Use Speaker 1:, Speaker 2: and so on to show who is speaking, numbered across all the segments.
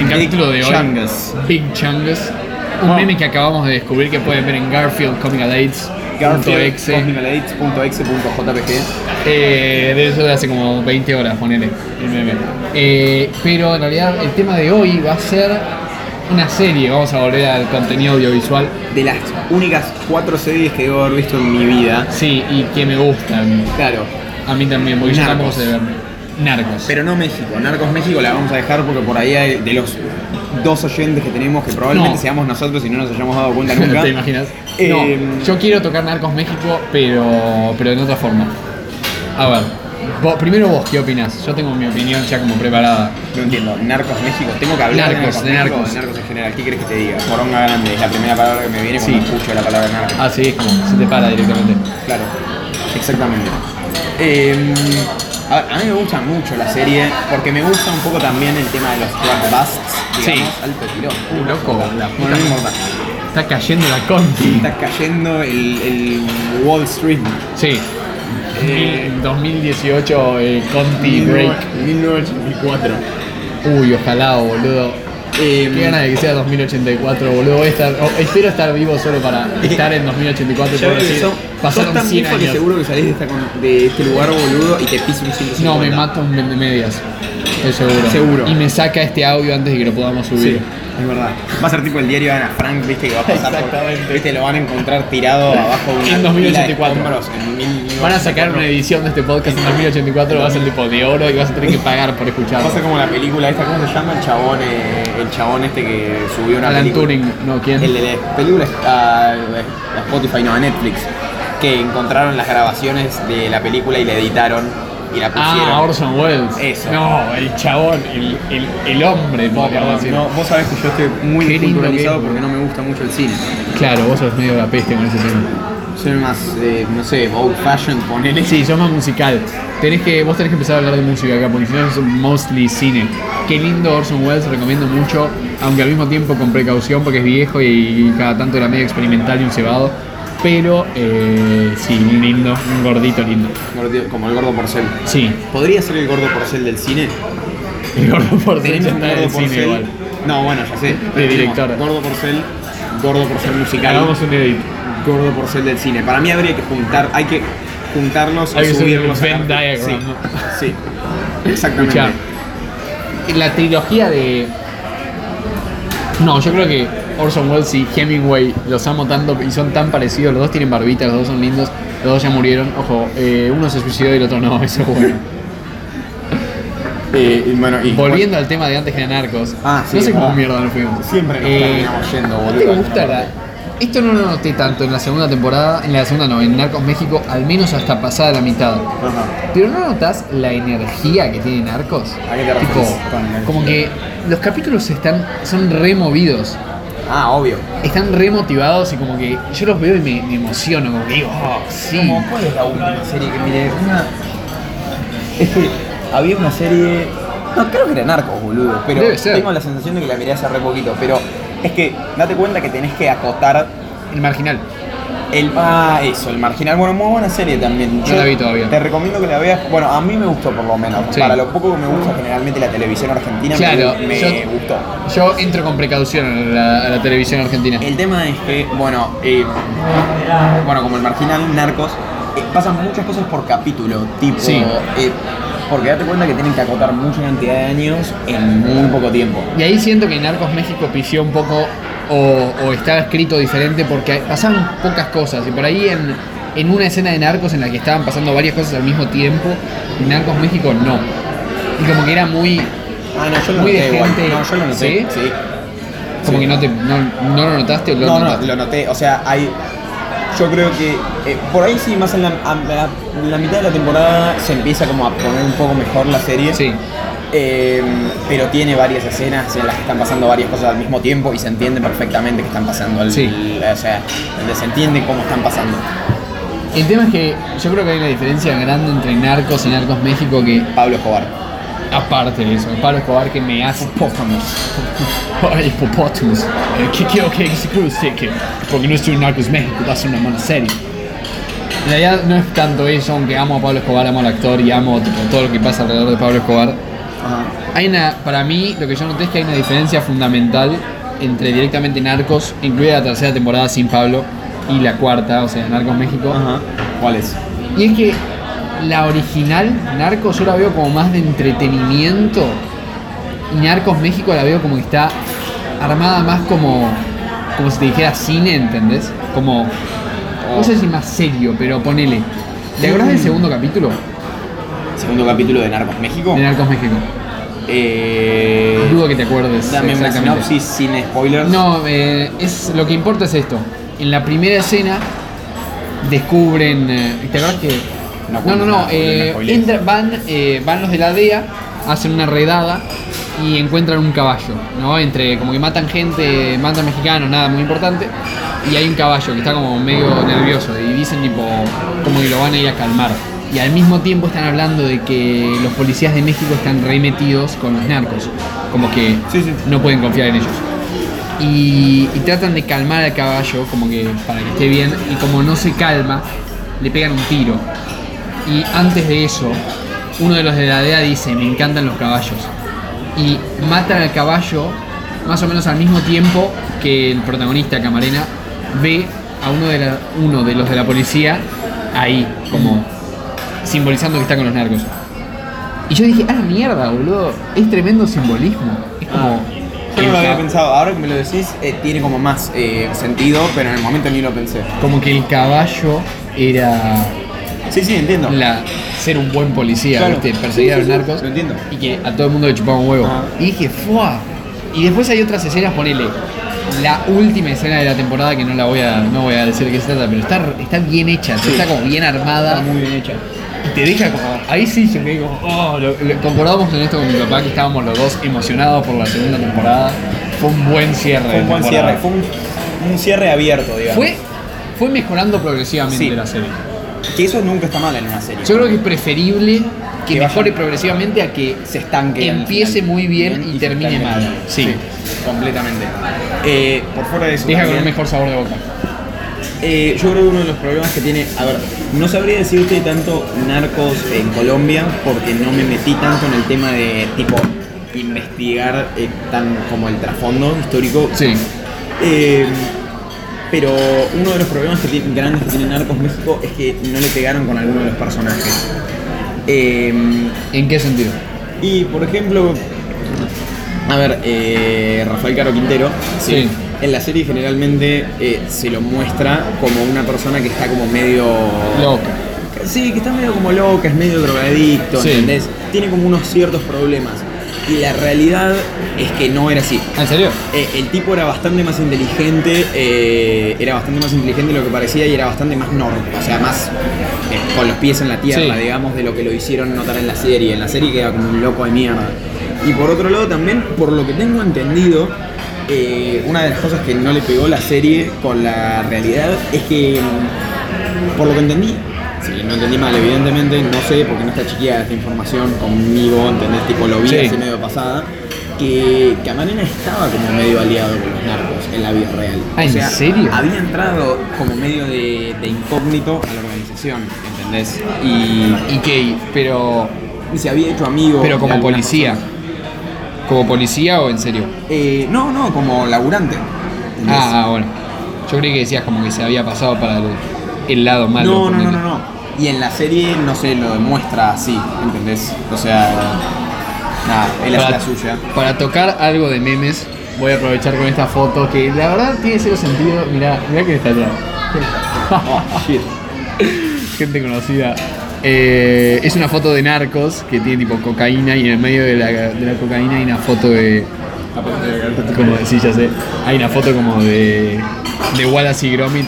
Speaker 1: en capítulo de hoy.
Speaker 2: Changas.
Speaker 1: Big Changas. Un
Speaker 2: Wow.
Speaker 1: meme que acabamos de descubrir que pueden ver en Garfield Comical Aids.
Speaker 2: Garfield,
Speaker 1: .exe.
Speaker 2: cosmicalates.exe.jpg.
Speaker 1: Eh, de eso de hace como 20 horas, ponele, el meme. Eh, pero en realidad el tema de hoy va a ser una serie, vamos a volver al contenido audiovisual.
Speaker 2: De las únicas cuatro series que debo haber visto en mi vida.
Speaker 1: Sí, y que me gustan.
Speaker 2: Claro.
Speaker 1: A mí también, porque yo tampoco
Speaker 2: Narcos.
Speaker 1: sé verme. Narcos.
Speaker 2: Pero no México. Narcos México la vamos a dejar porque por ahí hay de los dos oyentes que tenemos que probablemente
Speaker 1: No.
Speaker 2: seamos nosotros y no nos hayamos dado cuenta
Speaker 1: ¿No
Speaker 2: nunca.
Speaker 1: ¿Te imaginas?
Speaker 2: Eh,
Speaker 1: no, yo quiero tocar Narcos México, pero, pero en otra forma. A ver, vos- primero vos, ¿qué opinás? Yo tengo mi opinión ya como preparada.
Speaker 2: No entiendo, Narcos México, tengo que hablar
Speaker 1: Narcos,
Speaker 2: de
Speaker 1: de
Speaker 2: Narcos,
Speaker 1: Narcos.
Speaker 2: México, de narcos en general, ¿qué crees que te diga? Poronga grande, es la primera palabra que me viene cuando
Speaker 1: Sí.
Speaker 2: escucho la palabra Narcos.
Speaker 1: Ah, sí, es como, se te para directamente.
Speaker 2: Claro, exactamente. Eh, a, ver, a mí me gusta mucho la serie, porque me gusta un poco también el tema de los drug busts, digamos,
Speaker 1: Sí.
Speaker 2: alto tirón.
Speaker 1: Uh, loco, la
Speaker 2: Bueno,
Speaker 1: puta.
Speaker 2: no importa.
Speaker 1: Está cayendo la Conti.
Speaker 2: Está cayendo el, el Wall Street.
Speaker 1: Sí.
Speaker 2: Eh,
Speaker 1: En 2018 eh, Conti Break.
Speaker 2: 1984.
Speaker 1: Uy, ojalá, boludo.
Speaker 2: Eh,
Speaker 1: Qué ganas de que sea 2084, boludo. Voy a estar- o- espero estar vivo solo para estar en 2084 y
Speaker 2: Eh, Ya
Speaker 1: poder
Speaker 2: ves,
Speaker 1: decir,
Speaker 2: sos- sos
Speaker 1: pasaron
Speaker 2: tan
Speaker 1: 100
Speaker 2: viejo que
Speaker 1: años.
Speaker 2: seguro que salís de, esta con- de este lugar, boludo, y te piso un 150.
Speaker 1: No, me mata un vendemedias. Es seguro.
Speaker 2: Seguro.
Speaker 1: Y me saca este audio antes de que lo podamos
Speaker 2: Sí,
Speaker 1: subir.
Speaker 2: es verdad. Va a ser tipo el diario de Ana Frank, viste, que va a pasar
Speaker 1: Exactamente.
Speaker 2: por... Viste, lo van a encontrar tirado abajo de una
Speaker 1: En 2084.
Speaker 2: pila de escombros en 1984.
Speaker 1: Van a sacar una edición de este podcast en 2084, va a ser tipo de oro y vas a tener que pagar por
Speaker 2: Va
Speaker 1: escucharlo.
Speaker 2: a ser como la película esta, ¿cómo se llama? El chabón, eh, el chabón este que subió una
Speaker 1: Alan
Speaker 2: película.
Speaker 1: Turing, no, ¿quién?
Speaker 2: El de las películas a, a ah, Spotify, no, a Netflix. Que encontraron las grabaciones de la película y la editaron y la pusieron.
Speaker 1: Ah, Orson Welles.
Speaker 2: Eso.
Speaker 1: No, el chabón, el, el, el hombre,
Speaker 2: No,
Speaker 1: podríamos
Speaker 2: perdón,
Speaker 1: decir.
Speaker 2: no, vos sabés que yo estoy muy
Speaker 1: Qué lindo que
Speaker 2: desculturalizado
Speaker 1: es,
Speaker 2: porque no me gusta mucho el cine.
Speaker 1: Claro, vos sos medio la peste con ese tema.
Speaker 2: Soy más, eh, no sé, old fashion, ponele.
Speaker 1: Sí, sos más musical. Tenés que, vos tenés que empezar a hablar de música acá, porque si no es mostly cine. Qué lindo Orson Welles, recomiendo mucho, aunque al mismo tiempo con precaución porque es viejo y cada tanto era medio experimental y un cebado. Pero eh, sí, un lindo, un gordito lindo.
Speaker 2: Gordo- Como el gordo porcel.
Speaker 1: Sí,
Speaker 2: ¿Podría ser el gordo porcel del cine?
Speaker 1: el gordo por
Speaker 2: Tenemos
Speaker 1: dentro
Speaker 2: un
Speaker 1: está en
Speaker 2: gordo
Speaker 1: el cine
Speaker 2: porcel.
Speaker 1: igual.
Speaker 2: No, bueno, ya sé. Tenemos
Speaker 1: director.
Speaker 2: Gordo porcel, gordo porcel musical.
Speaker 1: Hagamos un edit.
Speaker 2: Gordo porcel del cine. Para mí habría que juntar, hay que juntarlos
Speaker 1: Hay
Speaker 2: y
Speaker 1: que hacer
Speaker 2: subirlos
Speaker 1: un
Speaker 2: a
Speaker 1: Venn
Speaker 2: la-
Speaker 1: diagram,
Speaker 2: Sí,
Speaker 1: ¿no?
Speaker 2: sí. exactamente.
Speaker 1: Escuchá, la trilogía de. No, yo creo que Orson Welles y Hemingway los amo tanto y son tan parecidos. Los dos tienen barbita, los dos son lindos, los dos ya murieron. Ojo, eh, uno se suicidó y el otro no, eso es bueno.
Speaker 2: Eh, y bueno, y
Speaker 1: Volviendo al tema de antes de Narcos.
Speaker 2: Ah, sí,
Speaker 1: no sé
Speaker 2: es
Speaker 1: cómo
Speaker 2: verdad.
Speaker 1: mierda nos fuimos.
Speaker 2: Siempre nos terminamos yendo,
Speaker 1: ¿no
Speaker 2: boludo?
Speaker 1: te gusta la- Esto no lo noté tanto en la segunda temporada, en la segunda no, en Narcos México, al menos hasta pasada la mitad.
Speaker 2: Ajá.
Speaker 1: Pero ¿no notas la energía que tiene Narcos?
Speaker 2: ¿A qué te
Speaker 1: Tipo,
Speaker 2: referís con energía?
Speaker 1: como que los capítulos están, son removidos,
Speaker 2: Ah, obvio.
Speaker 1: están remotivados y como que yo los veo y me, me emociono, como que digo, oh, sí.
Speaker 2: Como, ¿Cuál es la última serie que miré? Una... Es que había una serie... No, creo que era Narcos, boludo. Pero
Speaker 1: Debe ser.
Speaker 2: tengo la sensación de que la miré hace re poquito. Pero es que date cuenta que tenés que acotar
Speaker 1: El marginal.
Speaker 2: el... Ah, eso, el marginal. Bueno, muy buena serie también.
Speaker 1: No la vi todavía.
Speaker 2: Te recomiendo que la veas. Bueno, a mí me gustó por lo menos.
Speaker 1: Sí.
Speaker 2: Para lo poco que me gusta generalmente la televisión argentina, me-
Speaker 1: Claro,
Speaker 2: me,
Speaker 1: yo-
Speaker 2: gustó.
Speaker 1: Yo entro con precaución a la, a la televisión argentina.
Speaker 2: El tema es que, bueno, eh, bueno, como el marginal, narcos, eh, pasan muchas cosas por capítulo, tipo,
Speaker 1: Sí.
Speaker 2: eh, porque date cuenta que tienen que acotar mucha cantidad de años en muy poco tiempo.
Speaker 1: Y ahí siento que Narcos México pifió un poco o, o está escrito diferente porque pasaron pocas cosas. Y por ahí en, en una escena de Narcos en la que estaban pasando varias cosas al mismo tiempo, en Narcos México no. Y como que era muy...
Speaker 2: Ah, no, yo lo
Speaker 1: Muy
Speaker 2: noté
Speaker 1: de
Speaker 2: igual.
Speaker 1: gente-
Speaker 2: No, yo lo noté.
Speaker 1: ¿Sí? Como
Speaker 2: Sí.
Speaker 1: que no, te, no, no lo notaste o lo
Speaker 2: No, no,
Speaker 1: notaste.
Speaker 2: lo noté. O sea, hay. Yo creo que eh, por ahí sí, más en la, a- la- la mitad de la temporada se empieza como a poner un poco mejor la serie.
Speaker 1: Sí.
Speaker 2: Eh, pero tiene varias escenas en las que están pasando varias cosas al mismo tiempo y se entiende perfectamente que están pasando. al-
Speaker 1: Sí.
Speaker 2: O sea, donde se entiende cómo están pasando.
Speaker 1: El tema es que yo creo que hay una diferencia grande entre Narcos y Narcos México que,
Speaker 2: Pablo Escobar.
Speaker 1: aparte de eso, Pablo Escobar que me hace...
Speaker 2: Póstamos.
Speaker 1: Ay, hipopótamos. Eh, Que quiero que se cruce, que porque no estoy en Narcos México, va a ser una mala serie. En realidad no es tanto eso, aunque amo a Pablo Escobar, amo al actor y amo tipo, todo lo que pasa alrededor de Pablo Escobar.
Speaker 2: Ajá.
Speaker 1: Hay una, para mí, lo que yo noté es que hay una diferencia fundamental entre directamente Narcos, incluida la tercera temporada sin Pablo, y la cuarta, o sea, Narcos México.
Speaker 2: Ajá. ¿Cuál es?
Speaker 1: Y es que la original, Narcos, yo la veo como más de entretenimiento. Y Narcos México la veo como que está armada más como, como si te dijera cine, ¿entendés? Como, no sé si más serio, pero ponele. ¿Te acordás del segundo capítulo
Speaker 2: Segundo capítulo de Narcos México.
Speaker 1: de Narcos México?
Speaker 2: Oh. Eh,
Speaker 1: Dudo que te acuerdes.
Speaker 2: dame una
Speaker 1: exactamente.
Speaker 2: sinopsis sin spoilers.
Speaker 1: No, eh, es, lo que importa es esto. En la primera escena descubren. eh, ¿Te acuerdas que.?
Speaker 2: No
Speaker 1: No, no,
Speaker 2: cuento
Speaker 1: no.
Speaker 2: nada,
Speaker 1: eh,
Speaker 2: no spoilees.
Speaker 1: entra- van, eh, van los de la DEA, hacen una redada y encuentran un caballo, ¿no? Entre como que matan gente, matan mexicanos, nada muy importante. Y hay un caballo que está como medio nervioso y dicen tipo como que lo van a ir a calmar. Y al mismo tiempo están hablando de que los policías de México están re metidos con los narcos. Como que
Speaker 2: Sí, sí.
Speaker 1: no pueden confiar en ellos y, y tratan de calmar al caballo, como que para que esté bien, y como no se calma, le pegan un tiro. Y antes de eso, uno de los de la DEA dice, me encantan los caballos. Y matan al caballo más o menos al mismo tiempo que el protagonista Camarena ve a uno de, la- uno de los de la policía ahí, como simbolizando que está con los narcos. Y yo dije, ah, mierda, boludo, es tremendo simbolismo. Es como...
Speaker 2: Ah, Yo no lo había
Speaker 1: el-
Speaker 2: pensado, ahora que me lo decís, eh, tiene como más eh, sentido, pero en el momento ni lo pensé.
Speaker 1: como que el caballo era
Speaker 2: Sí, sí, entiendo.
Speaker 1: la, ser un buen policía,
Speaker 2: Claro.
Speaker 1: ¿viste? perseguir a
Speaker 2: Sí,
Speaker 1: los
Speaker 2: sí, sí,
Speaker 1: narcos
Speaker 2: lo entiendo.
Speaker 1: y que a todo el mundo le chupaba un huevo.
Speaker 2: Ah.
Speaker 1: Y dije, ¡fua! Y después hay otras escenas, ponele. La última escena de la temporada que no la voy a, no voy a decir de qué se trata, pero está, está bien hecha,
Speaker 2: Sí.
Speaker 1: está como bien armada.
Speaker 2: Está muy bien hecha.
Speaker 1: Y te deja como. Ahí sí yo me digo, oh, lo- lo- concordamos en esto con mi papá que estábamos los dos emocionados por la segunda temporada. Fue un buen cierre.
Speaker 2: Fue
Speaker 1: de
Speaker 2: un buen
Speaker 1: temporada.
Speaker 2: cierre, fue un, un cierre abierto, digamos.
Speaker 1: Fue, fue mejorando progresivamente
Speaker 2: Sí.
Speaker 1: la serie.
Speaker 2: Que eso nunca está mal en una serie.
Speaker 1: Yo creo que es preferible que,
Speaker 2: Que vaya-
Speaker 1: mejore progresivamente a que
Speaker 2: se estanque. al
Speaker 1: Empiece
Speaker 2: final.
Speaker 1: muy bien y
Speaker 2: se
Speaker 1: termine
Speaker 2: estanque.
Speaker 1: mal. Sí.
Speaker 2: completamente. Eh, por fuera de eso.
Speaker 1: deja con un
Speaker 2: también,
Speaker 1: mejor sabor de boca.
Speaker 2: eh, yo creo que uno de los problemas que tiene. A ver, no sabría decirte tanto narcos en Colombia porque no me metí tanto en el tema de tipo investigar eh, tan como el trasfondo histórico.
Speaker 1: Sí.
Speaker 2: Eh, pero uno de los problemas que tiene- grandes que tiene Narcos México es que no le pegaron con alguno de los personajes. Eh,
Speaker 1: ¿En qué sentido?
Speaker 2: y por ejemplo, a ver, eh, Rafael Caro Quintero,
Speaker 1: Sí.
Speaker 2: en la serie generalmente eh, se lo muestra como una persona que está como medio.
Speaker 1: Loca.
Speaker 2: Sí, que está medio como loca, es medio drogadicto,
Speaker 1: Sí.
Speaker 2: ¿entendés? Tiene como unos ciertos problemas. Y la realidad es que no era así.
Speaker 1: ¿En serio?
Speaker 2: Eh, el tipo era bastante más inteligente, eh, era bastante más inteligente de lo que parecía y era bastante más normal, o sea, más eh, con los pies en la tierra,
Speaker 1: Sí.
Speaker 2: digamos, de lo que lo hicieron notar en la serie. En la serie queda como un loco de mierda. Y por otro lado también, por lo que tengo entendido, eh, una de las cosas que no le pegó la serie con la realidad es que, mm, por lo que entendí, si no entendí mal, evidentemente, no sé, porque no está chiqueada esta información conmigo, ¿entendés? Tipo, lo vi
Speaker 1: Sí.
Speaker 2: hace medio pasada, que Camarena estaba como medio aliado con los narcos en la vida real.
Speaker 1: Ah, ¿en serio?
Speaker 2: Había entrado como medio de, de incógnito a la organización, ¿entendés? Y,
Speaker 1: Y que, pero.
Speaker 2: y se había hecho amigo.
Speaker 1: Pero
Speaker 2: de
Speaker 1: como
Speaker 2: algunas
Speaker 1: policía.
Speaker 2: personas.
Speaker 1: ¿Como policía o en serio?
Speaker 2: Eh, no, no, como laburante. ¿entendés?
Speaker 1: Ah, ah, bueno. Yo creí que decías como que se había pasado para el, el lado malo.
Speaker 2: no, no, no,
Speaker 1: ponele.
Speaker 2: no, no. Y en la serie no se lo demuestra así, ¿entendés? O sea, nada, él hace
Speaker 1: Para,
Speaker 2: la suya.
Speaker 1: para tocar algo de memes, voy a aprovechar con esta foto que la verdad tiene cero sentido. Mirá, mirá que está allá.
Speaker 2: Oh, shit.
Speaker 1: gente conocida. Eh, es una foto de narcos que tiene tipo cocaína y en el medio de la, de la cocaína hay una foto de. Como de, sí, ya sé. Hay una foto como de. de Wallace y Gromit.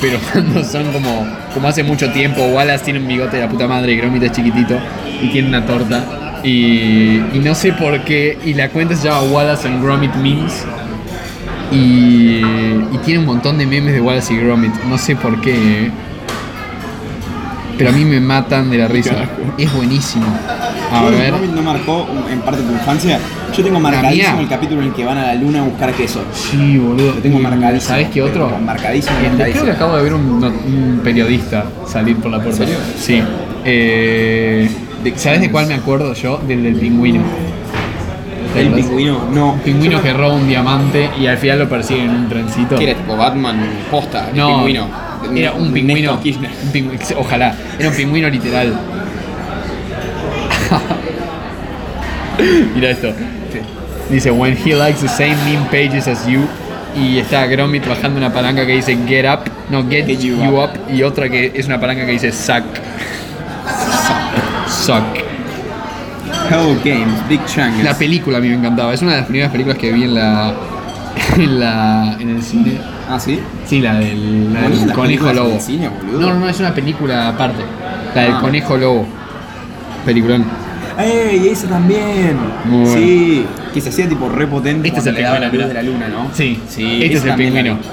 Speaker 1: Pero cuando son como. como hace mucho tiempo, Wallace tiene un bigote de la puta madre, Gromit es chiquitito y tiene una torta. Y, y no sé por qué. Y la cuenta se llama Wallace and Gromit Memes. Y, y tiene un montón de memes de Wallace y Gromit. No sé por qué. eh. Pero a mí me matan de la risa.
Speaker 2: asco.
Speaker 1: Es buenísimo. A
Speaker 2: Yo,
Speaker 1: ver.
Speaker 2: ¿Robin no marcó en parte tu infancia? Yo tengo
Speaker 1: mía.
Speaker 2: marcadísimo el capítulo en el que van a la luna a buscar queso.
Speaker 1: Sí, boludo.
Speaker 2: Lo tengo marcadísimo.
Speaker 1: ¿Sabes qué otro?
Speaker 2: Pero marcadísimo,
Speaker 1: El- Creo
Speaker 2: marcadísimo.
Speaker 1: que acabo de ver un, no- un periodista salir por la puerta.
Speaker 2: serio?
Speaker 1: Sí. Eh,
Speaker 2: de
Speaker 1: ¿Sabes de cuál me acuerdo yo? Del del pingüino. ¿Te
Speaker 2: El
Speaker 1: acordás?
Speaker 2: pingüino, no.
Speaker 1: Un pingüino que roba un diamante y al final lo persiguen en un trencito.
Speaker 2: Que era tipo Batman posta, el
Speaker 1: No,
Speaker 2: pingüino.
Speaker 1: Era un
Speaker 2: Néstor
Speaker 1: pingüino.
Speaker 2: Kirchner.
Speaker 1: un pingü- ojalá. Era un pingüino literal. Mira esto. Dice, when he likes the same meme pages as you. Y está Gromit bajando una palanca que dice get up, no get,
Speaker 2: Get
Speaker 1: you,
Speaker 2: you
Speaker 1: up. Y otra que es una palanca que dice suck. suck.
Speaker 2: Hello Games, Big Chang.
Speaker 1: La película a mí me encantaba. Es una de las primeras películas que vi en la. en la. en el cine.
Speaker 2: Ah, sí.
Speaker 1: Sí, la del, la
Speaker 2: ¿Ponían
Speaker 1: del
Speaker 2: las
Speaker 1: conejo
Speaker 2: películas en
Speaker 1: lobo.
Speaker 2: el cine, boludo?
Speaker 1: no, no, no, es una película aparte. La del
Speaker 2: Ah.
Speaker 1: conejo lobo. Peliculón.
Speaker 2: ¡Ey! Eh, Esa también.
Speaker 1: Muy bueno.
Speaker 2: Sí. Que se hacía tipo repotente.
Speaker 1: Este es
Speaker 2: cuando
Speaker 1: el
Speaker 2: le daba la luz
Speaker 1: pingüino,
Speaker 2: de la luna, ¿no?
Speaker 1: Sí,
Speaker 2: sí.
Speaker 1: Este es
Speaker 2: esa
Speaker 1: el
Speaker 2: también la
Speaker 1: pingüino.
Speaker 2: vi.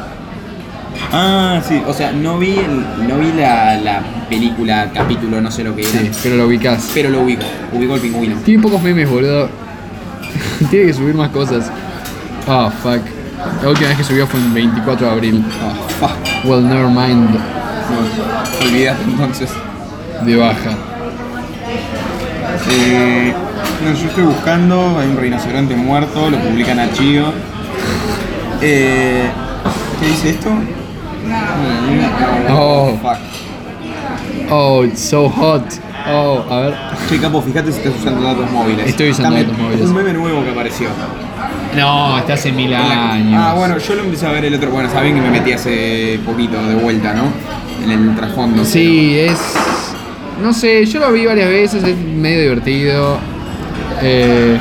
Speaker 2: Ah, sí. O sea, no vi, el- no vi la, la película, capítulo, no sé lo que era.
Speaker 1: Sí, pero lo ubicás.
Speaker 2: Pero lo ubico. Ubico el pingüino.
Speaker 1: Tiene pocos memes, boludo. Tiene que subir más cosas. Ah, fuck. La última vez que subió fue el 24 de abril.
Speaker 2: Ah, fuck.
Speaker 1: Well, never mind.
Speaker 2: No, olvidate entonces.
Speaker 1: De baja.
Speaker 2: Eh, no, yo estoy buscando, hay un rinoceronte muerto, lo publican a Chío. Eh, ¿Qué dice esto?
Speaker 1: Oh.
Speaker 2: fuck.
Speaker 1: Oh, it's so hot. Oh, a ver.
Speaker 2: Che, capo, fíjate si estás usando datos móviles.
Speaker 1: Estoy usando
Speaker 2: Dame
Speaker 1: datos móviles.
Speaker 2: Un meme nuevo que apareció.
Speaker 1: No, está hace mil años.
Speaker 2: Ah, bueno, yo lo empecé a ver el otro. Bueno, saben que me metí hace poquito de vuelta, ¿no? En el trasfondo.
Speaker 1: Sí, es. No sé, yo lo vi varias veces, es medio divertido. Eh,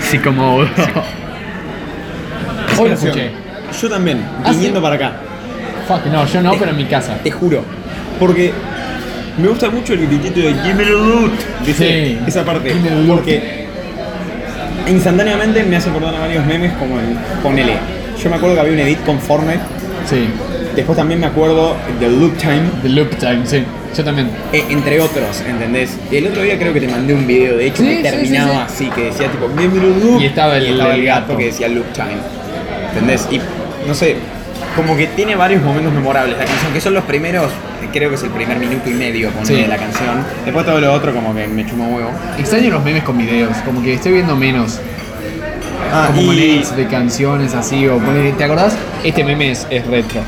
Speaker 1: sí, como.
Speaker 2: pero-
Speaker 1: Hoy lo escuché.
Speaker 2: Yo también,
Speaker 1: Ah, sí.
Speaker 2: viniendo para acá.
Speaker 1: Fuck, no, yo no, pero en mi casa.
Speaker 2: Te juro. Porque me gusta mucho el gritito de Give me the loot. De ese-
Speaker 1: Sí.
Speaker 2: esa parte.
Speaker 1: Give me the loot.
Speaker 2: Porque instantáneamente me hace acordar a varios memes como el Ponele. Yo me acuerdo que había un edit con Fortnite.
Speaker 1: Sí,
Speaker 2: Después también me acuerdo de Loop Time.
Speaker 1: The Loop Time, sí. Yo también.
Speaker 2: eh, entre otros, ¿entendés? Y el otro día creo que te mandé un video, de hecho,
Speaker 1: Sí,
Speaker 2: que
Speaker 1: sí,
Speaker 2: terminaba así, que decía tipo, Give me the loop.
Speaker 1: Y estaba el- el gato.
Speaker 2: que decía Loop Time. ¿Entendés? Y no sé, como que tiene varios momentos memorables la canción, que son los primeros, eh, creo que es el primer minuto y medio ponele,
Speaker 1: Sí.
Speaker 2: de la canción. Después todo lo otro como que me chuma huevo.
Speaker 1: Extraño los memes con videos, como que estoy viendo menos.
Speaker 2: Ah,
Speaker 1: como
Speaker 2: y-
Speaker 1: edits de canciones así, o ponele- ¿Te acordás? Este meme es, es retro.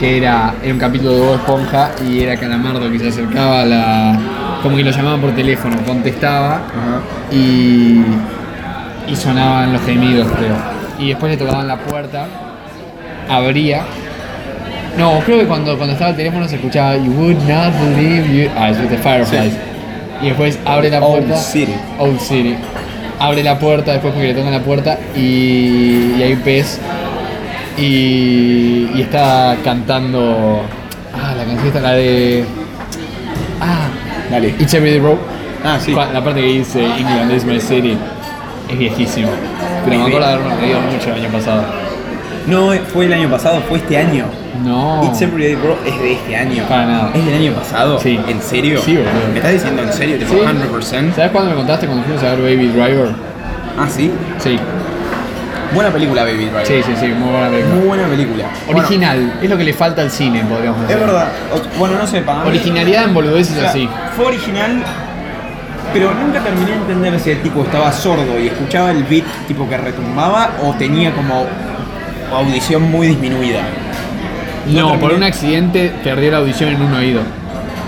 Speaker 1: Que era, era un capítulo de Bob Esponja y era Calamardo que se acercaba a la. Como que lo llamaban por teléfono, contestaba
Speaker 2: Ajá.
Speaker 1: y, y sonaban los gemidos, creo. Y después le tocaban la puerta, abría. No, creo que cuando, cuando estaba el teléfono se escuchaba You would not believe you. Ah, es de Fireflies.
Speaker 2: Sí.
Speaker 1: Y después abre la
Speaker 2: Old
Speaker 1: puerta.
Speaker 2: City.
Speaker 1: Old City. Abre la puerta después porque le tocan la puerta y, y hay un pez. Y, y está cantando. Ah, la canción está la de. Ah,
Speaker 2: Dale.
Speaker 1: It's Every Day Road.
Speaker 2: Ah, sí.
Speaker 1: Cua- La parte que dice England is my city es viejísimo. Pero me acuerdo de haberlo leído mucho el año pasado.
Speaker 2: No, eh, fue el año pasado, fue este año.
Speaker 1: No.
Speaker 2: It's Everyday Bro es de este año.
Speaker 1: Oh. Para nada.
Speaker 2: ¿Es del año pasado?
Speaker 1: Sí.
Speaker 2: ¿En serio?
Speaker 1: Sí, boludo.
Speaker 2: ¿Me estás diciendo en serio? Tipo
Speaker 1: Sí.
Speaker 2: 100%.
Speaker 1: ¿Sabes cuándo me contaste cuando fuimos a ver Baby Driver?
Speaker 2: Ah, sí.
Speaker 1: Sí,
Speaker 2: Buena película, Baby Driver.
Speaker 1: sí, sí, sí, muy buena película.
Speaker 2: Muy buena película.
Speaker 1: Original, es lo que le falta al cine, podríamos
Speaker 2: Bueno,
Speaker 1: decir.
Speaker 2: es verdad. O- bueno, no sé, para mí-
Speaker 1: Originalidad en boludeces
Speaker 2: o sea,
Speaker 1: así.
Speaker 2: Fue original, pero nunca terminé de entender si el tipo estaba sordo y escuchaba el beat tipo que retumbaba o tenía como audición muy disminuida.
Speaker 1: No, por
Speaker 2: terminé.
Speaker 1: un accidente perdió la audición en un oído.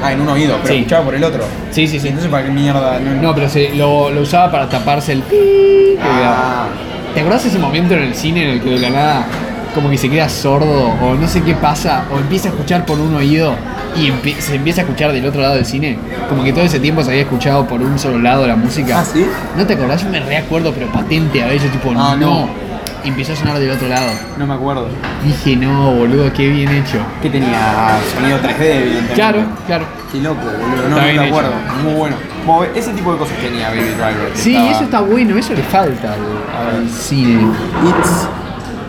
Speaker 2: Ah, en un oído, pero
Speaker 1: Sí.
Speaker 2: escuchaba por el otro.
Speaker 1: Sí, sí, sí.
Speaker 2: Entonces, ¿para qué mierda?
Speaker 1: No, pero se, lo, lo usaba para taparse el pi que quedaba.
Speaker 2: Ah.
Speaker 1: ¿Te acordás ese momento en el cine en el que de la nada como que se queda sordo o no sé qué pasa o empieza a escuchar por un oído y empie- se empieza a escuchar del otro lado del cine? Como que todo ese tiempo se había escuchado por un solo lado la música.
Speaker 2: ¿Ah, sí?
Speaker 1: ¿No te acordás? Yo me reacuerdo, pero patente a veces, tipo,
Speaker 2: Ah,
Speaker 1: no.
Speaker 2: no.
Speaker 1: Y empezó a sonar del otro lado.
Speaker 2: No me acuerdo.
Speaker 1: Dije, no, boludo, qué bien hecho.
Speaker 2: Que tenía sonido 3D, evidentemente.
Speaker 1: Claro, claro.
Speaker 2: Qué loco,
Speaker 1: Está
Speaker 2: boludo. No, no
Speaker 1: bien
Speaker 2: me
Speaker 1: hecho.
Speaker 2: acuerdo. Muy bueno. Como Ese tipo de cosas tenía Baby Driver. que
Speaker 1: Sí,
Speaker 2: estaba-
Speaker 1: eso está bueno, eso le falta al, al cine.
Speaker 2: It's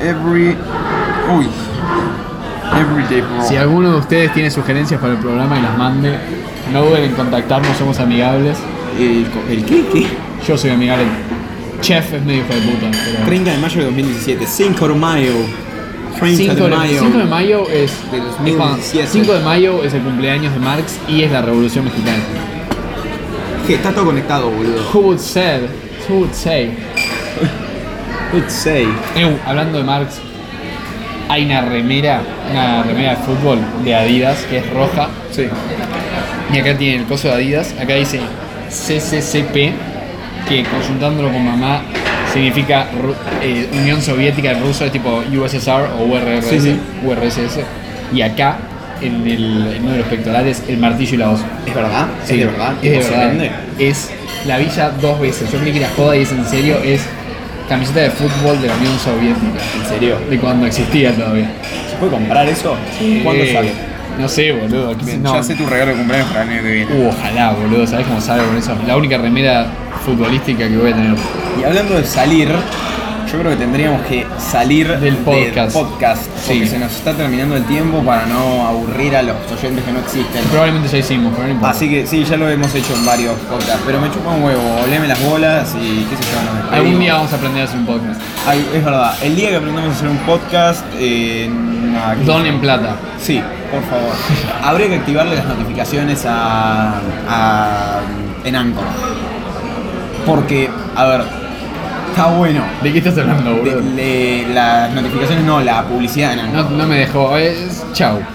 Speaker 2: every. Uy. Everyday bro.
Speaker 1: Si alguno de ustedes tiene sugerencias para el programa y las mande, no duden en contactarnos, somos amigables.
Speaker 2: ¿El, co- el qué? ¿Qué?
Speaker 1: Yo soy amigable. Chef es medio hijo de puta, pero.
Speaker 2: 30 de mayo de 2017. 5 de mayo. 30
Speaker 1: 5
Speaker 2: de
Speaker 1: de,
Speaker 2: mayo.
Speaker 1: 5 de mayo es.
Speaker 2: De
Speaker 1: es cuando-
Speaker 2: 2017.
Speaker 1: 5 de mayo es el cumpleaños de Marx y es la Revolución Mexicana.
Speaker 2: que está todo conectado, boludo.
Speaker 1: Who would say? Who would say?
Speaker 2: Let's say.
Speaker 1: Eu, hablando de Marx, hay una remera, una remera de fútbol de Adidas que es roja.
Speaker 2: Sí.
Speaker 1: Y acá tiene el coso de Adidas. Acá dice CCCP, que consultándolo con mamá significa Ru- eh, Unión Soviética en ruso, es tipo USSR o URSS.
Speaker 2: Sí, sí.
Speaker 1: URSS. Y acá, en, el, en uno de los pectorales, el martillo y la hoz.
Speaker 2: ¿Es verdad?
Speaker 1: Sí,
Speaker 2: ¿Es de verdad?
Speaker 1: Es de
Speaker 2: ¿Tipo, se
Speaker 1: verdad.
Speaker 2: vende?
Speaker 1: Es la villa dos veces. Yo creí que era joda y es en serio. Es camiseta de fútbol de la Unión Soviética.
Speaker 2: ¿En serio?
Speaker 1: De cuando existía todavía.
Speaker 2: ¿Se puede comprar eso? ¿Cuándo
Speaker 1: Eh,
Speaker 2: sale?
Speaker 1: No sé, boludo. qué sé-
Speaker 3: Bien,
Speaker 1: no.
Speaker 3: Ya sé tu regalo de cumpleaños para el año que viene.
Speaker 1: Uh, ojalá, boludo. ¿Sabes cómo salgo con eso? La única remera futbolística que voy a tener.
Speaker 2: Y hablando de salir, yo creo que tendríamos que salir
Speaker 1: Del podcast.
Speaker 2: podcast, porque
Speaker 1: Sí.
Speaker 2: se nos está terminando el tiempo para no aburrir a los oyentes que no existen.
Speaker 1: Probablemente ya hicimos, pero no importa.
Speaker 2: Así que sí, ya lo hemos hecho en varios podcasts, pero me chupa un huevo, leme las bolas y qué sé yo, nos despedimos.
Speaker 1: Algún día vamos a aprender a hacer un podcast.
Speaker 2: Ay, es verdad, el día que aprendamos a hacer un podcast, eh, nada, que-
Speaker 1: Don en plata.
Speaker 2: Sí, por favor. Habría que activarle las notificaciones a, a en Anchor. Porque, a ver, está bueno.
Speaker 1: ¿De qué estás hablando,
Speaker 2: De-
Speaker 1: boludo?
Speaker 2: de- las notificaciones no, la publicidad en Anchor.
Speaker 1: No, no me dejó. Es... Chau.